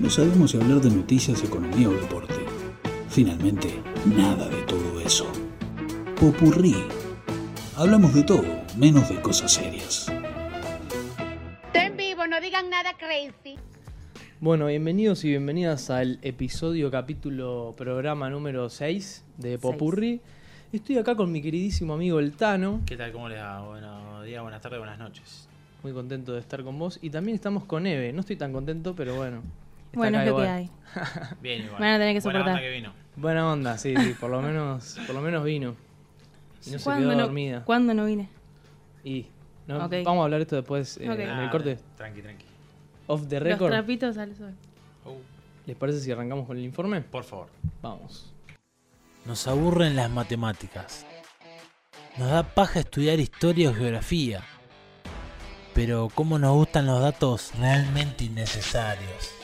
No sabemos si hablar de noticias, economía o deporte. Finalmente, nada de todo eso. Popurrí. Hablamos de todo, menos de cosas serias. Está en vivo, no digan nada crazy. Bueno, bienvenidos y bienvenidas al episodio, capítulo, programa número 6 de Popurri. Estoy acá con mi queridísimo amigo El Tano, ¿Qué tal? ¿Cómo les va? Buenos días, buenas tardes, buenas noches. muy contento de estar con vos. Y también estamos con Eve, no estoy tan contento, pero bueno. está Bueno, acá es lo que igual. hay. Bien, igual. Van a tener que Buena soportar. onda que vino. Buena onda, sí, sí, por lo menos, por lo menos vino. Y no se quedó dormida. cuándo no vine? Y no, Ok. vamos a hablar esto después eh, Ok. en Ah, el corte. Tranqui, tranqui. Off the Los record. trapitos al sol. Uh, ¿Les parece si arrancamos con el informe? por favor. Vamos. Nos aburren las matemáticas. Nos da paja estudiar historia o geografía. Pero cómo nos gustan los datos realmente innecesarios.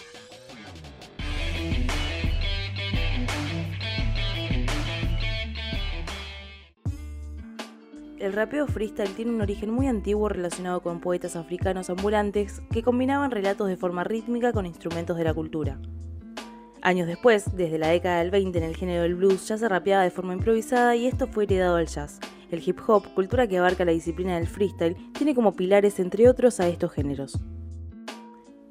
El rapeo freestyle tiene un origen muy antiguo relacionado con poetas africanos ambulantes que combinaban relatos de forma rítmica con instrumentos de la cultura. Años después, desde la década del 20 en el género del blues ya se rapeaba de forma improvisada y esto fue heredado al jazz. El hip hop, cultura que abarca la disciplina del freestyle, tiene como pilares entre otros a estos géneros.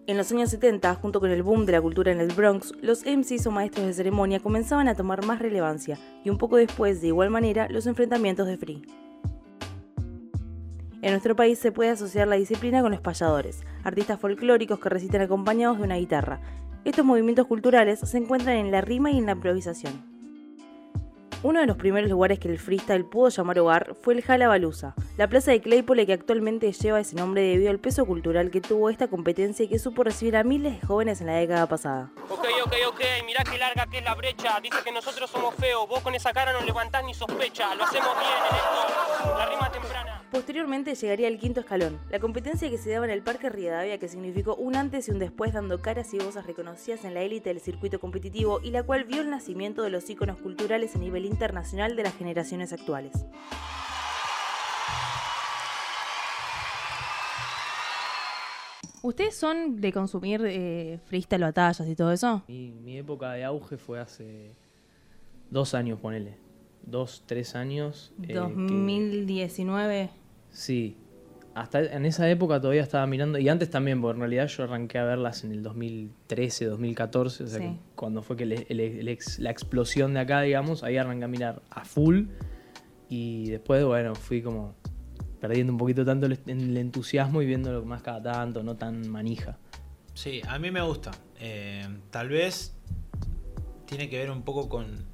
En los años 70, junto con el boom de la cultura en el Bronx, los MCs o maestros de ceremonia comenzaban a tomar más relevancia y un poco después, de igual manera, los enfrentamientos de free. En nuestro país se puede asociar la disciplina con los payadores, artistas folclóricos que recitan acompañados de una guitarra. Estos movimientos culturales se encuentran en la rima y en la improvisación. Uno de los primeros lugares que el freestyle pudo llamar hogar fue el Jalabalusa, la plaza de Claypole que actualmente lleva ese nombre debido al peso cultural que tuvo esta competencia y que supo recibir a miles de jóvenes en la década pasada. Ok, ok, ok, mirá qué larga que es la brecha. Dice que nosotros somos feos, vos con esa cara no levantás ni sospecha. Lo hacemos bien, en esto, la rima temprana. Posteriormente llegaría el quinto escalón, la competencia que se daba en el Parque Rivadavia que significó un antes y un después dando caras y voces reconocidas en la élite del circuito competitivo y la cual vio el nacimiento de los íconos culturales a nivel internacional de las generaciones actuales. ¿Ustedes son de consumir eh, freestyle batallas y todo eso? Mi, mi época de auge fue hace dos años, ponele. Dos, tres años. eh, que- 2019. Sí. Hasta en esa época todavía estaba mirando, y antes también, porque en realidad yo arranqué a verlas en el 2013, 2014, o sea, Sí. que cuando fue que el- el- el ex- la explosión de acá, digamos, ahí arranqué a mirar a full, y después, bueno, fui como perdiendo un poquito tanto el, est- el entusiasmo y viéndolo más cada tanto, no tan manija. Sí, a mí me gusta. Eh, tal vez tiene que ver un poco con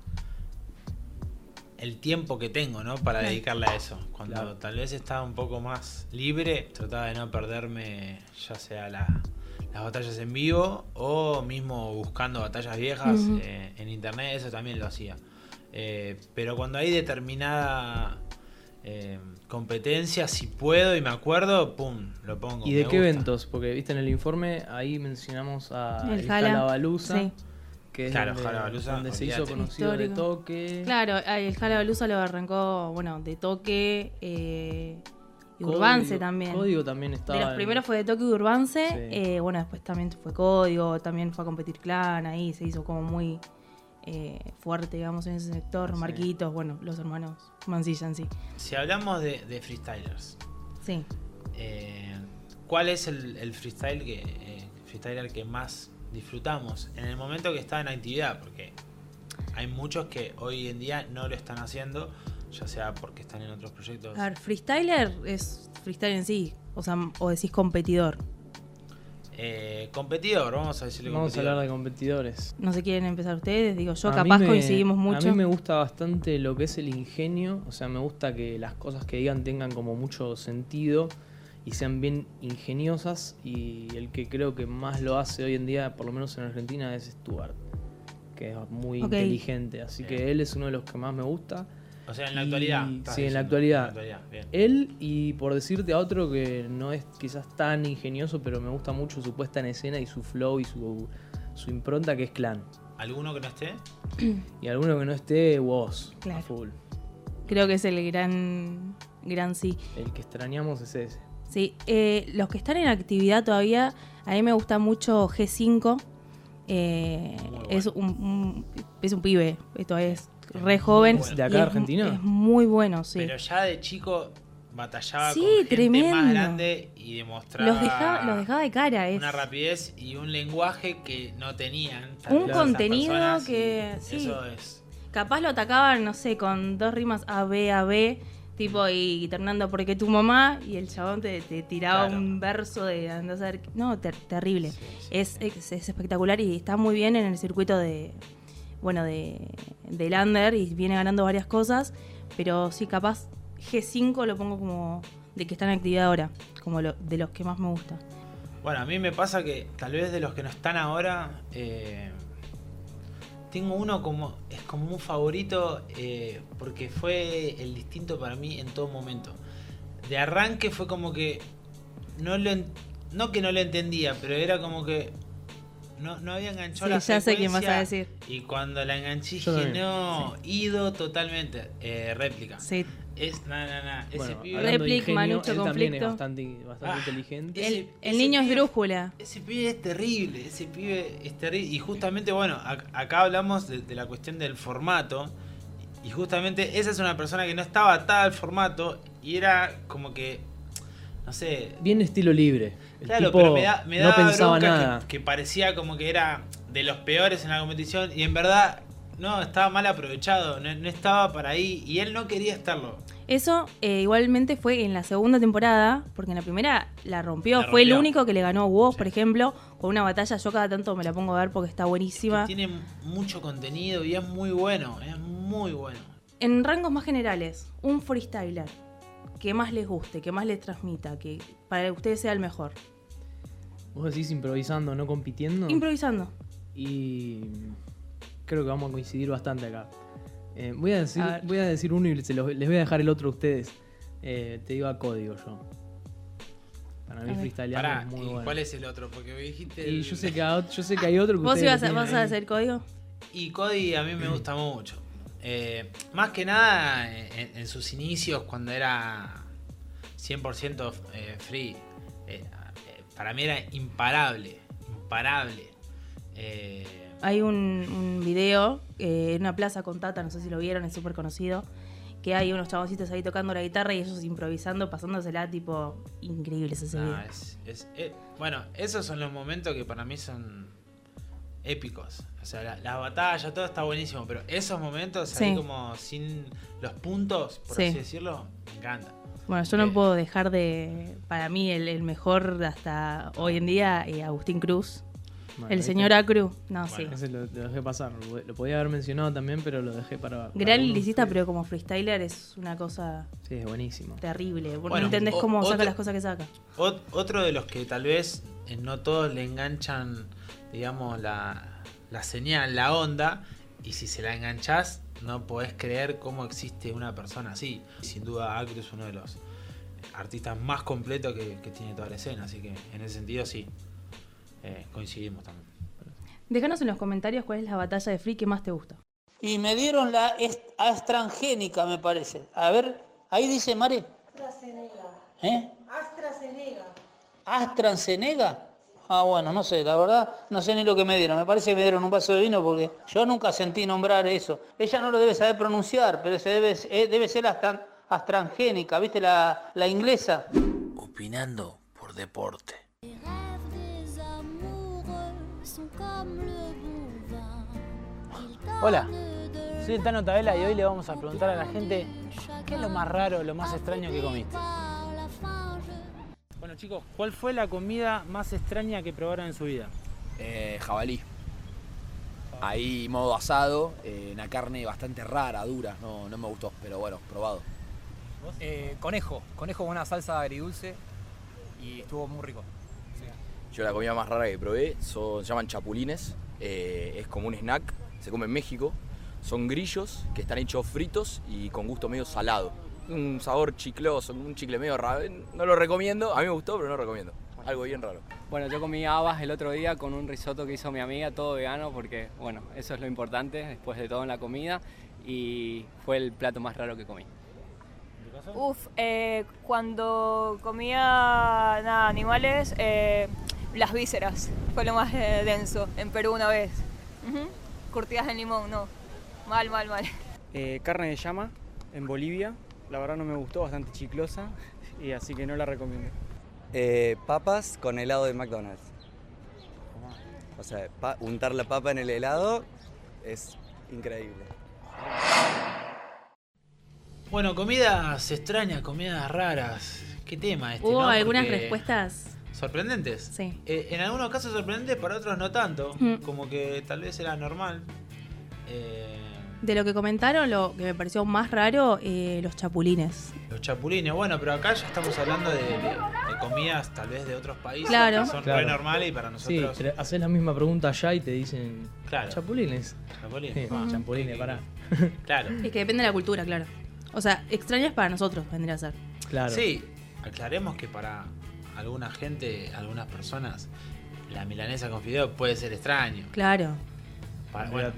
el tiempo que tengo, ¿no? Para dedicarle a eso. Cuando Claro. tal vez estaba un poco más libre, trataba de no perderme ya sea la- las batallas en vivo o mismo buscando batallas viejas Ujú. eh, en internet, eso también lo hacía. Eh, pero cuando hay determinada eh, competencia, si puedo y me acuerdo, ¡pum! Lo pongo. ¿Y de me qué gusta. eventos? Porque viste en el informe, ahí mencionamos a El el Jala. Jalabalusa, Sí. que es Claro, donde, Jalabalusa, donde se hizo olvídate. conocido de Histórico. toque. Claro, ah, el Jalabalusa lo arrancó, bueno, de toque eh, y Código- Urbance también. Código también De estaba. los en- primeros fue de toque y Urbance. Sí. eh, bueno, después también fue Código, también fue a competir Clan, ahí se hizo como muy eh, fuerte, digamos, en ese sector. Sí. Marquitos, bueno, los hermanos Mancilla en sí. Si hablamos de, de freestylers, Sí. eh, ¿cuál es el, el freestyle que, eh, freestyler que más disfrutamos en el momento que está en actividad? Porque hay muchos que hoy en día no lo están haciendo, ya sea porque están en otros proyectos. A ver, freestyler es freestyle en sí. O sea, o decís competidor. Eh, competidor, vamos a decirle Vamos a competidor. hablar de competidores. No se quieren empezar ustedes, digo yo, A mí capaz me- coincidimos mucho. A mí me gusta bastante lo que es el ingenio, o sea, me gusta que las cosas que digan tengan como mucho sentido y sean bien ingeniosas y el que creo que más lo hace hoy en día, por lo menos en Argentina, es Stuart, que es muy Ok. inteligente, así que él es uno de los que más me gusta. O sea, en la Y- actualidad. sí, estás en la diciendo, actualidad. bien. Él y por decirte a otro que no es quizás tan ingenioso, pero me gusta mucho su puesta en escena y su flow y su, su impronta que es clan. ¿Alguno que no esté? Y alguno que no esté, vos, a Claro. full. Creo que es el gran, gran sí. El que extrañamos es ese. Sí, eh, los que están en actividad todavía, a mí me gusta mucho G5. eh, Muy es, un, un- es un pibe, esto es Es re muy joven. bueno. ¿De acá y de es- Argentina? Es muy bueno, sí. Pero ya de chico batallaba Sí, con gente tremendo. más grande y demostraba los, dejaba, los dejaba de cara. Es, una rapidez y un lenguaje que no tenían. tal Un vez, esas contenido personas, y que- sí. Eso es. Capaz lo atacaban, no sé, con dos rimas A, B, A, B, tipo, y ternando porque tu mamá, y el chabón te, te tiraba Claro. un verso de andás a ver qué- No, ter- terrible. sí, sí. Es, es, es espectacular y está muy bien en el circuito de. Bueno, de, de Lander y viene ganando varias cosas, pero sí, capaz G5 lo pongo como de que está en actividad ahora, como lo- de los que más me gusta. Bueno, a mí me pasa que tal vez de los que no están ahora, eh, tengo uno como es como un favorito eh, porque fue el distinto para mí en todo momento. De arranque fue como que no lo en- no que no lo entendía, pero era como que no, no había enganchado Sí, la ya sé quién vas a secuencia, decir. Y cuando la enganché Yo dije, también, no, ido totalmente. Eh, réplica. Sí, Es, na, na, na, ese Bueno, pibe- hablando de Replic, ingenio, Manucho, él también es conflicto. bastante, bastante Ah. inteligente. Ese- el, el ese niño es pibe- brújula. Ese pibe es terrible, ese pibe es terrible. Y justamente, bueno, ac- acá hablamos de, de la cuestión del formato. Y justamente esa es una persona que no estaba atada al formato y era como que, no sé... Bien estilo libre. El claro, tipo pero me da, me no daba pensaba bronca que- nada. Que, parecía como que era de los peores en la competición y en verdad... No, estaba mal aprovechado, no, no estaba para ahí y él no quería estarlo. Eso eh, igualmente fue en la segunda temporada, porque en la primera la rompió. La Fue el rompió. único que le ganó a Woz, Sí. por ejemplo, con una batalla. Yo cada tanto me la pongo a ver porque está buenísima. Que tiene mucho contenido y es muy bueno, es muy bueno. En rangos más generales, un freestyler que más les guste, que más les transmita, que para ustedes sea el mejor. Vos decís improvisando, no compitiendo. Improvisando. y creo que vamos a coincidir bastante acá. Eh, voy, a decir, A ver. voy a decir uno y se los- les voy a dejar el otro a ustedes. Eh, te digo a código yo. Para mí ver. freestylear Pará, es muy ¿y bueno. cuál es el otro? Porque me dijiste. Y el- yo sé, que a ot- yo sé que hay otro que ¿Vos ustedes ibas lo a, vas tienen a ahí. hacer código? Y Cody a mí me gusta mucho. Eh, más que nada eh, en, en sus inicios, cuando era 100% eh, free, eh, eh, para mí era imparable. Imparable. Eh, Hay un, un video eh, en una plaza con Tata, no sé si lo vieron, es súper conocido, que hay unos chaboncitos ahí tocando la guitarra y ellos improvisando, pasándosela, tipo, increíbles ese video. Ah, nada, es- es- eh, bueno, esos son los momentos que para mí son épicos. O sea, la- las batallas, todo está buenísimo, pero esos momentos ahí Sí. como sin los puntos, por Sí. así decirlo, me encanta. Bueno, yo no Eh. puedo dejar de, para mí, el, el mejor hasta hoy en día, eh, Agustín Cruz. Bueno, el ¿viste? señor Acru. No, sí. Bueno, Ese lo, lo dejé pasar. Lo, lo podía haber mencionado también, pero lo dejé para. para Gran algunos. licita, pero como freestyler es una cosa Sí, es buenísimo. terrible. Vos Bueno, no entendés o- cómo saca otra- las cosas que saca. Ot- otro de los que tal vez eh, no todos le enganchan, digamos, la, la señal, la onda, y si se la enganchás, no podés creer cómo existe una persona así. Sin duda, Acru es uno de los artistas más completos que, que tiene toda la escena, así que en ese sentido sí, eh, coincidimos también. Déjanos en los comentarios cuál es la batalla de Free que más te gusta. Y me dieron la est- astrangénica, me parece. A ver, ahí dice Mare. ¿Eh? ¿AstraZeneca? Ah, bueno, no sé, la verdad, no sé ni lo que me dieron. Me parece que me dieron un vaso de vino porque yo nunca sentí nombrar eso. Ella no lo debe saber pronunciar, pero se debe, eh, debe ser astran- astrangénica, ¿viste? La, la inglesa. Opinando por deporte. Les rêves des amoureux sont comme le bon vin. Ils Hola, donnent de soy el Tano Tabela y hoy le vamos a preguntar a la gente qué es lo más raro, lo más extraño que comiste. par la fin, je Bueno chicos, ¿cuál fue la comida más extraña que probaron en su vida? Eh, jabalí. Ahí modo asado, eh, una carne bastante rara, dura, no, no me gustó, pero bueno, probado. Eh, conejo, conejo con una salsa agridulce y estuvo muy rico. Yo la comida más rara que probé son, se llaman chapulines, eh, es como un snack, se come en México. Son grillos que están hechos fritos y con gusto medio salado. Un sabor chicloso, un chicle medio raro. eh, No lo recomiendo, a mí me gustó, pero no lo recomiendo. Algo bien raro. Bueno, yo comí habas el otro día con un risotto que hizo mi amiga, todo vegano, porque bueno, eso es lo importante después de todo en la comida y fue el plato más raro que comí. José? Uf, eh, cuando comía nada, animales, eh, las vísceras fue lo más eh, denso. En Perú una vez. Ujú. Curtidas en limón, no. Mal, mal, mal. Eh, carne de llama en Bolivia. La verdad no me gustó, bastante chiclosa. Y así que no la recomiendo. Eh, papas con helado de McDonald's. O sea, pa- untar la papa en el helado es increíble. Bueno, comidas extrañas, comidas raras. ¿Qué tema este? Hubo no? algunas Porque- respuestas. ¿Sorprendentes? Sí. Eh, en algunos casos sorprendentes, para otros no tanto. Mm. Como que tal vez era normal. Eh, De lo que comentaron, lo que me pareció más raro, eh, los chapulines. Los chapulines, bueno, pero acá ya estamos hablando de, de- de comidas tal vez de otros países Claro. que son Claro. re normales y para Sí, nosotros. pero haces la misma pregunta allá y te dicen Claro. Ah. chapulines. Chapulines, Sí, va. chapulines, pará. Claro. Es que depende de la cultura, claro. O sea, extrañas para nosotros vendría a ser. Claro. Sí, aclaremos que para alguna gente, algunas personas, la milanesa con fideo puede ser extraño. Claro. Para- bueno,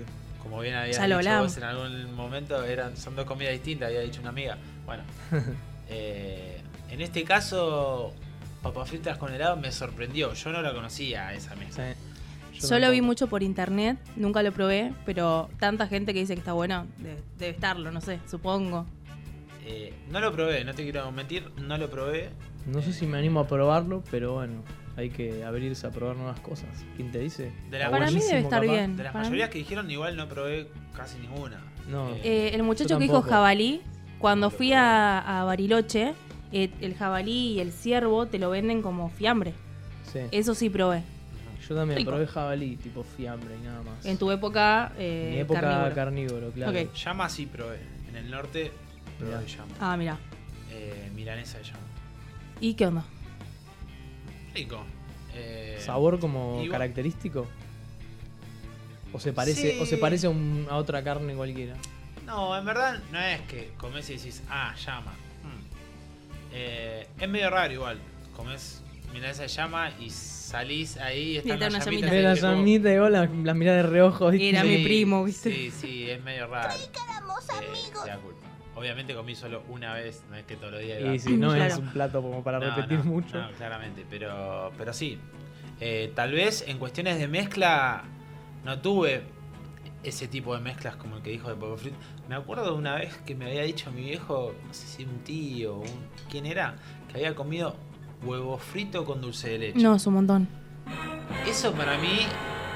como bien había Ya lo dicho hablamos. vos en algún momento, eran, son dos comidas distintas, había dicho una amiga. Bueno, eh, en este caso, papas fritas con helado me sorprendió. Yo no la conocía a esa mesa. Solo vi mucho por internet, nunca lo probé, pero tanta gente que dice que está bueno, de- debe estarlo, no sé, supongo. Eh, no lo probé, no te quiero mentir, no lo probé. No sé si me animo a probarlo, pero bueno, hay que abrirse a probar nuevas cosas. ¿Quién te dice? Está De la- buenísimo, capaz. De las para mayorías que dijeron, igual no probé casi ninguna. No. Eh, el muchacho Yo que dijo tampoco. jabalí, cuando fui a, a Bariloche, eh, el jabalí y el ciervo te lo venden como fiambre. Sí. Eso sí probé. Yo también Eh, Rico. probé jabalí, tipo fiambre y nada más. En tu época, eh, Mi época carnívoro. carnívoro, claro. Ok. Llama sí probé. En el norte probé llama. Ah, mira. Eh, milanesa de llama. ¿Y qué onda? Rico. Eh, ¿Sabor como y vos- característico? ¿O se parece, o se Sí. parece a, un- a otra carne cualquiera? No, en verdad no es que comes y decís, ah, llama. Mm. Eh, es medio raro igual. Comes milanesa de llama y salís ahí y están está las una llamitas. Ve y la decís, llamita y vos la, la mirás de reojo. ¿viste? Sí, Sí, sí, es medio raro. Eh, te da culpa. Obviamente comí solo una vez, no es que todos los días iba. Y si no es un plato como para No, repetir no, mucho. no, claramente, pero, pero sí. Eh, tal vez en cuestiones de mezcla no tuve ese tipo de mezclas como el que dijo de Papa Frit. Me acuerdo de una vez que me había dicho mi viejo, no sé si un tío, un, ¿quién era? Que había comido huevo frito con dulce de leche. No, es un montón. Eso para mí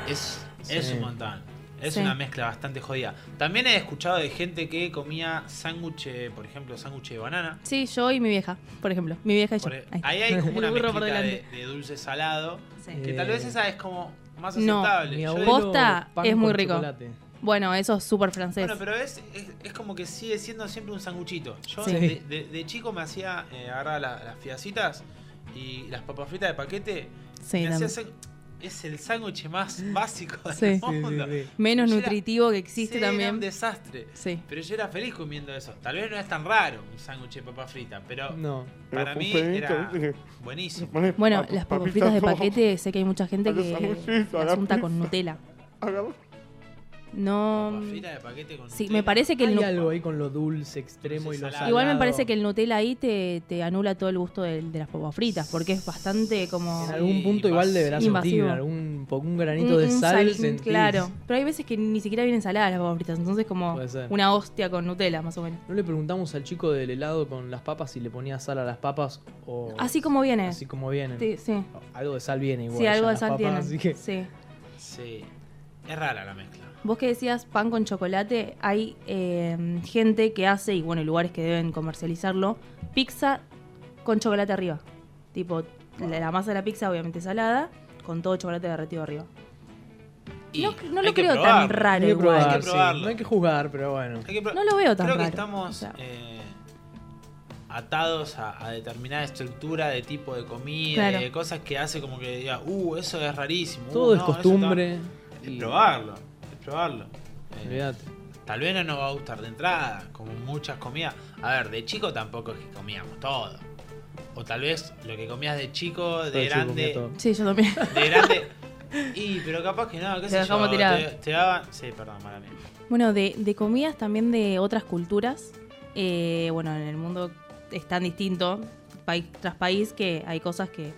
es, es Sí. un montón. Es Sí. una mezcla bastante jodida. También he escuchado de gente que comía sándwich, por ejemplo, sándwich de banana. Sí, yo y mi vieja, por ejemplo. Mi vieja y yo. Por- e- ahí hay como una El burro por mezclita de, delante. de dulce salado. Que Eh. tal vez esa es como más No, aceptable. Mi Yo abuelo, Posta pan es muy con rico. chocolate. Bueno, eso es súper francés. Bueno, pero es, es, es como que sigue siendo siempre un sanguchito. Yo Sí. de, de- de chico me hacía eh, agarrar la- las fiacitas y las papas fritas de paquete. Sí, me hacía también. san- es el sándwich más básico del Sí. mundo. Menos Yo era- nutritivo que existe sí, también. Era un desastre. Sí. Pero yo era feliz comiendo eso. Tal vez no es tan raro un sándwich de papa frita, pero No. para Pero mí con era peinito, ¿viste? buenísimo. Bueno, las papas fritas de paquete, sé que hay mucha gente A los que sándwiches, a las la junta con pizza. Nutella. No. Frita de paquete con Sí, me parece que el Hay nu- algo ahí con lo dulce extremo y lo salado. Igual me parece que el Nutella ahí te, te anula todo el gusto del- de, las papas fritas, porque es bastante como. En algún punto igual deberás sentir invasivo. algún, po- un granito Un- de un sal. sal- sentís. Claro, pero hay veces que ni siquiera vienen saladas las papas fritas, entonces como Puede ser. una hostia con Nutella, más o menos. No le preguntamos al chico del helado con las papas si le ponía sal a las papas o... Así como viene. Así como vienen. Sí, sí. Algo de sal viene igual. Sí, ya en algo de las sal papas, tienen. así que- Sí. Sí. Es rara la mezcla. Vos que decías pan con chocolate, hay eh, gente que hace, y bueno, lugares que deben comercializarlo, pizza con chocolate arriba. Tipo, la, la masa de la pizza obviamente salada, con todo chocolate derretido arriba. no no lo hay que creo tan probarlo. raro Hay que igual. probar, Hay que sí. probarlo. No hay que jugar, pero bueno. Hay que pro- No lo veo tan Creo raro, que estamos eh, atados a, a determinada estructura de tipo de comida, Claro. y de cosas que hace como que diga, uh, eso es rarísimo. uh, Todo es no, eso está-". costumbre. Es probarlo, es probarlo. Eh, Olvídate. Tal vez no nos va a gustar de entrada, como muchas comidas. A ver, de chico tampoco es que comíamos todo. O tal vez lo que comías de chico, Todo de de chico grande, comía todo. Sí, yo también. De grande. Y, pero capaz que no, qué Lo sé dejamos yo. Te, tirado. te daban. Sí, perdón, mala mía. Bueno, de, de comidas también de otras culturas. eh, bueno, en el mundo es tan distinto país tras país que hay cosas que,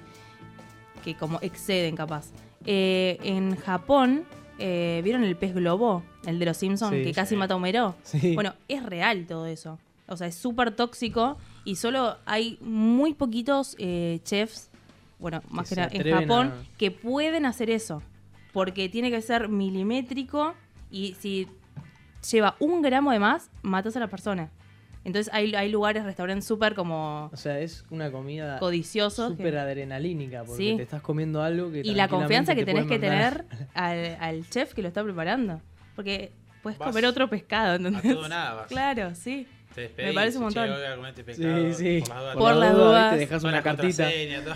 que como exceden capaz. Eh, en Japón, eh, ¿vieron el pez globo? El de los Simpsons, Sí, que casi sí. mata a Homero. Sí. Bueno, es real todo eso. O sea, es súper tóxico y solo hay muy poquitos eh, chefs, bueno, más se que nada en atreven Japón, a- que pueden hacer eso. Porque tiene que ser milimétrico y si lleva un gramo de más, matas a la persona. Entonces hay, hay lugares, restaurantes súper como... O sea, es una comida Codiciosos que- súper adrenalínica, porque Sí. te estás comiendo algo que Y la confianza que tenés tranquilamente que te pueden mandar. tener al, al chef que lo está preparando. Porque puedes Vas comer otro pescado, ¿entendés? todo o nada vas. Claro, sí. Te despedís, Me parece un che, montón. voy a comer este Sí, pescado, sí. Por las dudas. Por las dudas. Te dejas Con una la cartita. contraseña, todo.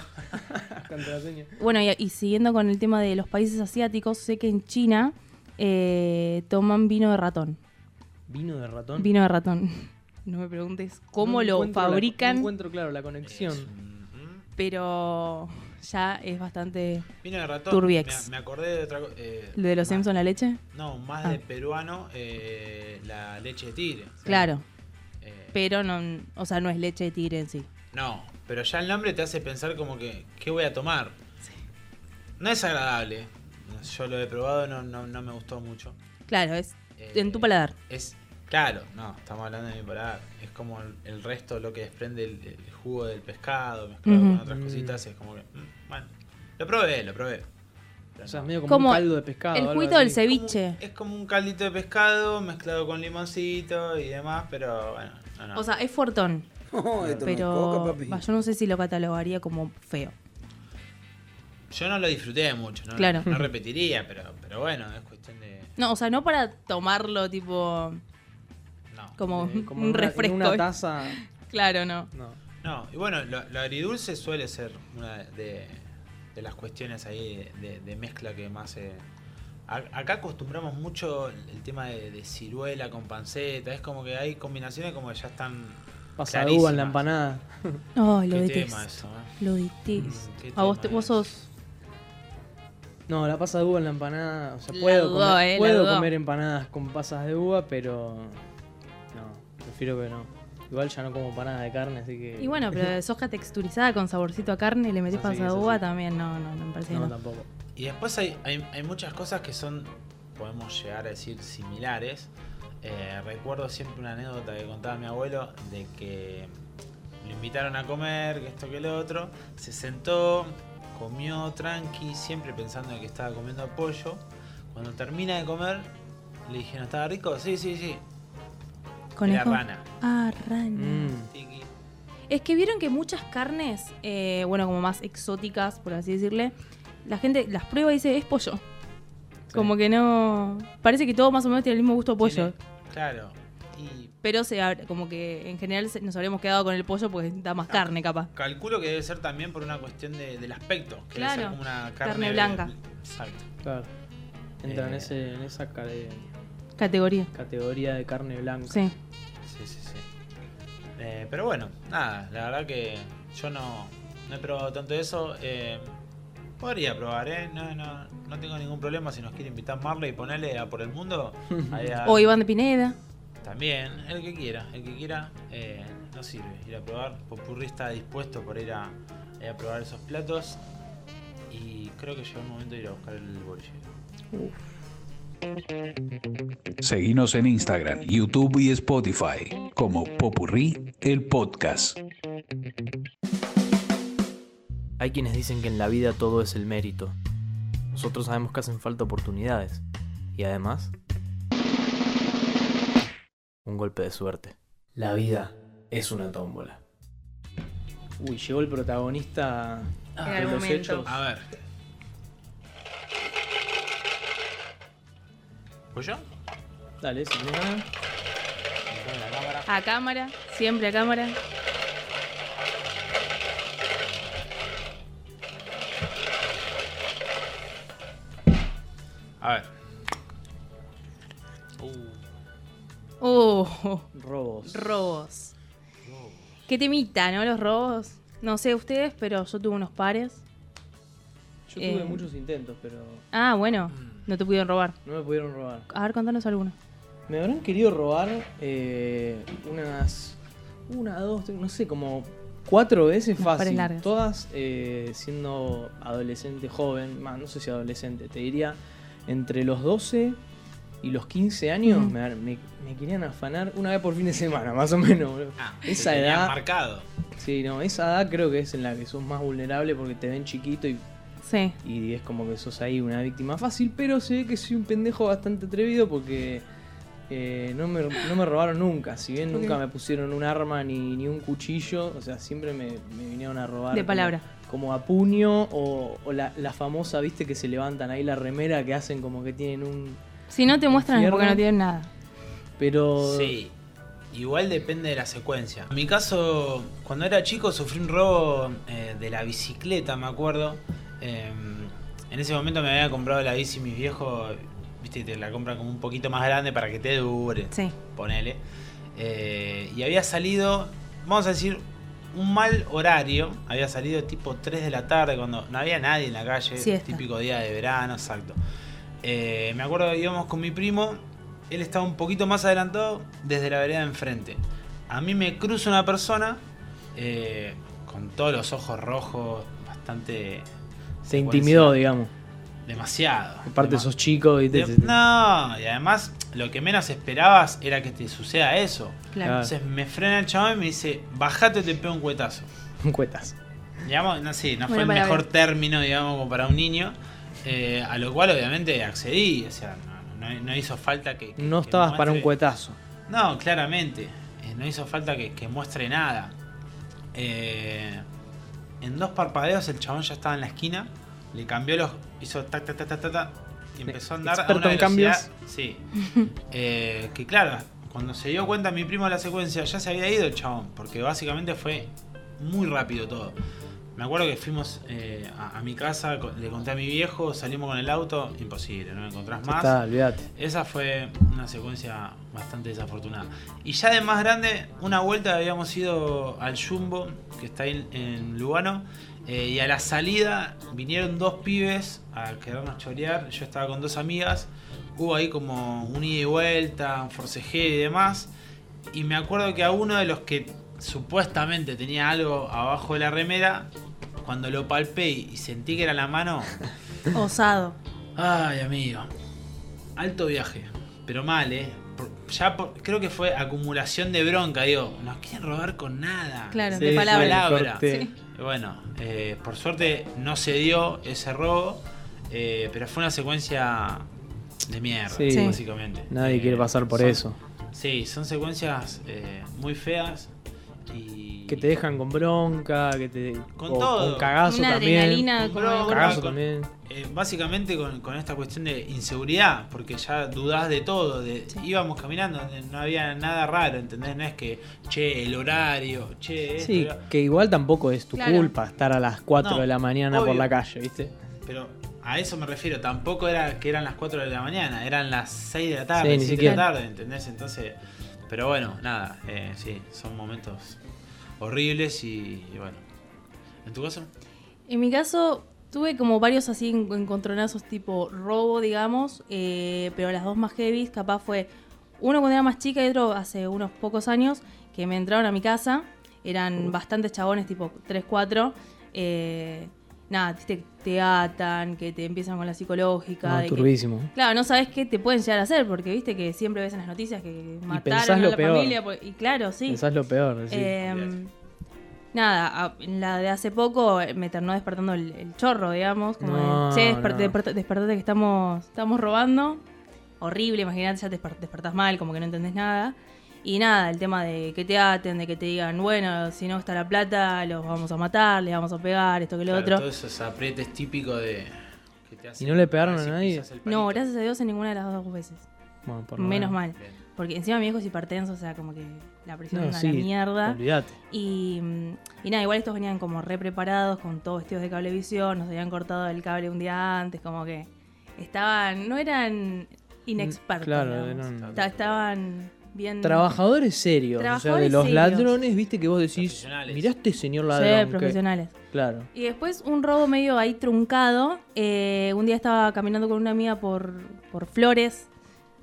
Contraseña. Bueno, y, y siguiendo con el tema de los países asiáticos, sé que en China eh, toman vino de ratón. Vino de ratón. Vino de ratón. No me preguntes cómo No lo encuentro la- no fabrican, encuentro, claro, la conexión. Mm. pero ya es bastante Vino de ratón. turbiex. Me, me acordé de otra cosa. ¿Lo de los Simpson, la leche? No, más Ah. de peruano, eh, la leche de tigre. Eh, Claro. Pero no, o sea, no es leche de tigre en sí. No, pero ya el nombre te hace pensar como que, ¿qué voy a tomar? No es agradable. Yo lo he probado, no, no, no me gustó mucho. Claro, es Eh, en tu paladar. Eh, Es, claro, no, estamos hablando de mi paladar. Es como el, el resto, lo que desprende el, el jugo del pescado, mezclado con Ujú. otras Mm. cositas, es como que, mm, bueno, lo probé, lo probé. O sea, medio como, Como un caldo de pescado. el algo juguito del así. ceviche. Es como un caldito de pescado mezclado con limoncito y demás, pero bueno, no, no. O sea, es fuertón. esto no es pero coca, papi. bah, yo no sé si lo catalogaría como feo. Yo no lo disfruté mucho, no, Claro. no repetiría, pero, pero bueno, es cuestión de... No, o sea, no para tomarlo tipo como, Eh, como en un una- en refresco. una taza. claro, no. No, y bueno, lo, lo agridulce suele ser una de, de las cuestiones ahí de, de- de mezcla que más... eh, a- acá acostumbramos mucho el el tema de, de ciruela con panceta, es como que hay combinaciones como que ya están... Pasa de uva en la clarísimas. empanada. No, lo Qué detesto. tema eso, ¿eh? Lo detesto. Mm, qué A vos, tema te- vos sos. No, la pasa de uva en la empanada. O sea, La puedo, dudó, comer, eh, la puedo dudó. comer empanadas con pasas de uva, pero. No, prefiero que no. Igual ya no como empanadas de carne, así que. Y bueno, pero de soja texturizada con saborcito a carne y le metés Eso sí, pasada eso uva sí. también. No, no, no me parece que No, no. tampoco. Y después hay, hay, hay muchas cosas que son, podemos llegar a decir, similares. Eh, recuerdo siempre una anécdota que contaba mi abuelo de que lo invitaron a comer, que esto que lo otro. Se sentó, comió tranqui, siempre pensando que estaba comiendo pollo. Cuando termina de comer, le dijeron, ¿estaba rico? Sí, sí, sí. Era Conejo. rana. Ah, Mm. rana. Tiki. Es que vieron que muchas carnes, eh, bueno, como más exóticas, por así decirle, la gente las prueba y dice, es pollo. Como que no. Parece que todo más o menos tiene el mismo gusto a pollo. Claro. Y Pero se abre- como que en general se- nos habríamos quedado con el pollo porque da más carne, capaz. calculo que debe ser también por una cuestión de- del aspecto. Que debe ser Claro, como una carne, carne blanca. Exacto. Claro. Entra Eh. en, ese, en esa care- Categoría. categoría de carne blanca. Sí. Sí, sí, sí. Eh, pero bueno, nada, la verdad que yo no, no he probado tanto eso. eh, podría probar, ¿eh? No, no, no tengo ningún problema si nos quiere invitar Marley y ponerle a por el mundo. ahí a- O Iván de Pineda. También, el que quiera, el que quiera, eh, no sirve. Ir a probar, Popurri está dispuesto por ir a, eh, a probar esos platos. Y creo que llegó el momento de ir a buscar el bolillero. Seguinos en Instagram, YouTube y Spotify como Popurrí el podcast. Hay quienes dicen que en la vida todo es el mérito. Nosotros sabemos que hacen falta oportunidades. Y además, un golpe de suerte. La vida es una tómbola. Uy, llegó el protagonista En de el los momento. hechos. A ver. ¿Voy yo? Dale, si tenés ganas. A cámara, siempre a cámara. A ver. Oh. Robos. Robos. Qué temita, ¿no? Los robos. No sé ustedes, pero yo tuve unos pares. Yo tuve Eh. muchos intentos, pero Ah, bueno. No te pudieron robar. no me pudieron robar. A ver, contanos alguno. Me habrán querido robar eh, unas una, dos, tres, no sé, como cuatro veces Las pares fácil. largas. Todas eh, siendo adolescente, joven, más, no sé si adolescente, te diría entre los 12 y los 15 años Mm. me, me- me querían afanar una vez por fin de semana, más o menos. boludo. Ah. Ah, te tenían marcado. Sí, no, esa edad creo que es en la que sos más vulnerable porque te ven chiquito y Sí. y es como que sos ahí una víctima fácil, pero se ve que soy un pendejo bastante atrevido porque eh, no, me, no me robaron nunca. Si bien nunca Ok. me pusieron un arma ni, ni un cuchillo, o sea, siempre me, me vinieron a robar. De como- palabra. Como, a puño o, o la, la famosa, viste, que se levantan ahí la remera que hacen como que tienen un. Si no te muestran es porque no Infierno. tienen nada. Pero. Sí. Igual depende de la secuencia. En mi caso, cuando era chico sufrí un robo eh, de la bicicleta, me acuerdo. Eh, en ese momento me había comprado la bici mis viejos, viste, te la compran como un poquito más grande para que te dure. Sí. Ponele. Eh, y había salido, vamos a decir, un mal horario. Había salido tipo 3 de la tarde cuando no había nadie en la calle. Siesta. Típico día de verano, exacto. Eh, me acuerdo que íbamos con mi primo. Él estaba un poquito más adelantado desde la vereda de enfrente. A mí me cruza una persona eh, con todos los ojos rojos, bastante. Se intimidó, digamos. digamos. Demasiado. Aparte, sos chico y te. De- te- te- no, y además lo que menos esperabas era que te suceda eso. Claro. Entonces me frena el chabón y me dice, bajate o te pego un cuetazo. un cuetazo. Digamos, no sé, no fue Buena el palabra. mejor término, digamos, como para un niño. eh, a lo cual obviamente accedí, o sea, no, no- no hizo falta que... que- No que estabas para un muestre- cuetazo. no, claramente. Eh, No hizo falta que, que muestre nada. Eh, en dos parpadeos el chabón ya estaba en la esquina. Le cambió los. hizo tac, tac, tac, tac, tac, tac, y empezó a andar a Experto una en velocidad- cambios. Sí. Eh, que claro, cuando se dio cuenta mi primo de la secuencia, ya se había ido el chabón. Porque básicamente fue muy rápido todo. Me acuerdo que fuimos eh, a, a mi casa, co- le conté a mi viejo, salimos con el auto, imposible, no me encontrás Ya más. está, olvídate. Esa fue una secuencia bastante desafortunada. Y ya de más grande, una vuelta habíamos ido al Jumbo, que está ahí en, en Lugano, eh, y a la salida vinieron dos pibes a querernos chorear. Yo estaba con dos amigas, hubo ahí como un ida y vuelta, un forcejeo y demás. Y me acuerdo que a uno de los que supuestamente tenía algo abajo de la remera, cuando lo palpé y sentí que era la mano, Ah. Osado. Ay, amigo. Alto viaje, pero mal, ¿eh? Por- ya por- creo que fue acumulación de bronca, digo. Nos quieren robar con nada. Claro, Sí, de sí, palabra. palabra. Sí. Bueno, eh, por suerte no se dio ese robo, eh, pero fue una secuencia de mierda, Sí. básicamente. Nadie quiere pasar por Eh, son- eso. Sí, son secuencias eh, muy feas. Que te dejan con bronca, que te. Con o todo. Con cagazo Una también. adrenalina Con como de cagazo golpe. también. Eh, básicamente con, con esta cuestión de inseguridad, porque ya dudás de todo, de, íbamos caminando, de- no había nada raro, ¿entendés? No es que, che, el horario, che, esto, Sí, lo- que igual tampoco es tu Claro. culpa estar a las 4 No, de la mañana por obvio. la calle, ¿viste? pero a eso me refiero, tampoco era que eran las 4 de la mañana, eran las 6 de la tarde, Sí, ni 7 de la siquiera. tarde, ¿entendés? Entonces, pero bueno, nada, eh, sí, son momentos horribles y, y bueno. ¿En tu caso? En mi caso, tuve como varios así en- encontronazos tipo robo, digamos, eh, pero las dos más heavy, capaz fue uno cuando era más chica y otro hace unos pocos años, que me entraron a mi casa, eran bastantes chabones, tipo 3, 4, eh, nada, te, te atan, que te empiezan con la psicológica. No, de que- turbísimo. claro, no sabes qué te pueden llegar a hacer, porque viste que siempre ves en las noticias que pensás mataron a lo la peor. familia, pues, y claro, sí. Pensás lo peor, sí. Em, nada, a- la de hace poco eh, me terminó despertando el, el chorro, digamos. Como No, de, che, desper- no. desper- despertate que estamos, estamos robando. Horrible, imagínate, ya te desper- despertás mal, como que no entendés nada. Y nada, el tema de que te aten, de que te digan, bueno, si no está la plata, los vamos a matar, les vamos a pegar, esto que lo Claro, otro. Todos esos aprietes típicos de... que te ¿Y hacen- no le pegaron a así nadie? pisas el No, gracias a Dios en ninguna de las dos veces. Bueno, por lo Menos menos. mal. Porque encima mi viejo es hipertenso, o sea, como que la presión No, anda a sí, la mierda. olvídate. Y, mm, y nada, igual estos venían como re preparados, con todos vestidos de cablevisión, nos habían cortado el cable un día antes, como que estaban, no eran inexpertos. Mm, claro, digamos. eran- Esta- Estaban bien... Trabajadores serios. o sea, de Mm. Trabajadores los serios. ladrones, viste que vos decís, mirá este señor Sí, ladrón. que-". profesionales. Claro. Y después un robo medio ahí truncado. Eh, un día estaba caminando con una amiga por, por Flores.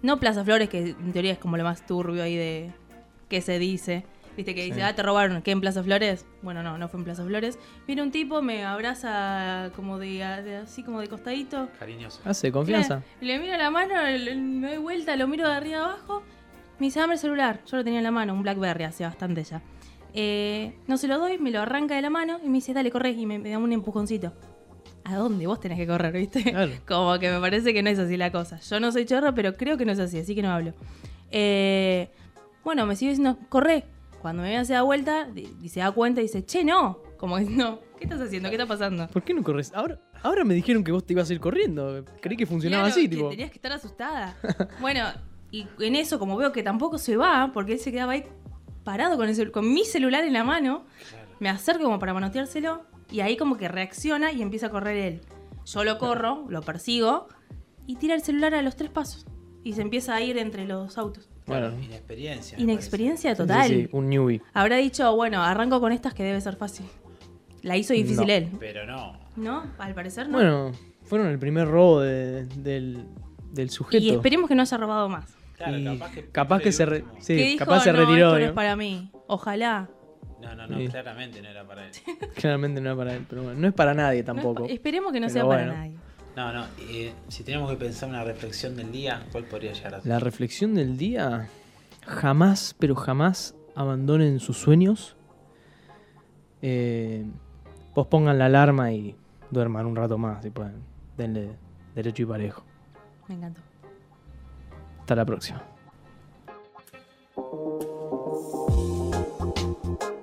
No Plaza Flores, que en teoría es como lo más turbio ahí de que se dice. Viste que Sí. dice, ah, te robaron, ¿qué en Plaza Flores? Bueno, no, no fue en Plaza Flores. Viene un tipo, me abraza como de, a- de- así como de costadito. Cariñoso. Hace confianza. Claro, Le miro la mano, le- me doy vuelta, lo miro de arriba abajo. Me dice, dame el celular. Yo lo tenía en la mano, un Blackberry hace bastante ya. Eh, no se lo doy, me lo arranca de la mano y me dice, dale, corre. Y me, me da un empujoncito. ¿A dónde vos tenés que correr, viste? Como que me parece que no es así la cosa. Yo no soy chorro, pero creo que no es así, así que no hablo. Eh, bueno, me sigue diciendo, corre. Cuando me ve se da vuelta di- y se da cuenta y dice, che, no. Como que no, ¿qué estás haciendo? ¿Qué está pasando? ¿Por qué no corres? Ahora, ahora me dijeron que vos te ibas a ir corriendo. Creí que funcionaba Claro, así, que tipo. Tenías que estar asustada. bueno, y en eso, como veo que tampoco se va, porque él se quedaba ahí parado con, el celu- con mi celular en la mano, me acerco como para manoteárselo, y ahí como que reacciona y empieza a correr él. Yo lo corro, lo persigo, y tira el celular a los tres pasos. Y se empieza a ir entre los autos. Bueno. Inexperiencia. me Inexperiencia Sí, total. sí, un newbie. Habrá dicho, bueno, arranco con estas que debe ser fácil. La hizo difícil No. él. Pero no. ¿No? Al parecer no. Bueno, fueron el primer robo de- del, del sujeto. y esperemos que no haya robado más. Y capaz que, se, re- sí, que dijo, capaz se "No, retiró. esto no es digamos. para mí. Ojalá. parece. No, no, no, Sí. claramente no era para él. Claramente no es para él, pero bueno, no es para nadie tampoco. Esperemos que no Pero sea para bueno. nadie. No, no. eh, si tenemos que pensar una reflexión del día, ¿cuál podría llegar a ser? La reflexión del día, jamás, pero jamás abandonen sus sueños. Eh, pospongan la alarma y duerman un rato más, si pueden. Denle derecho y parejo. Me encantó. Hasta la próxima. Thank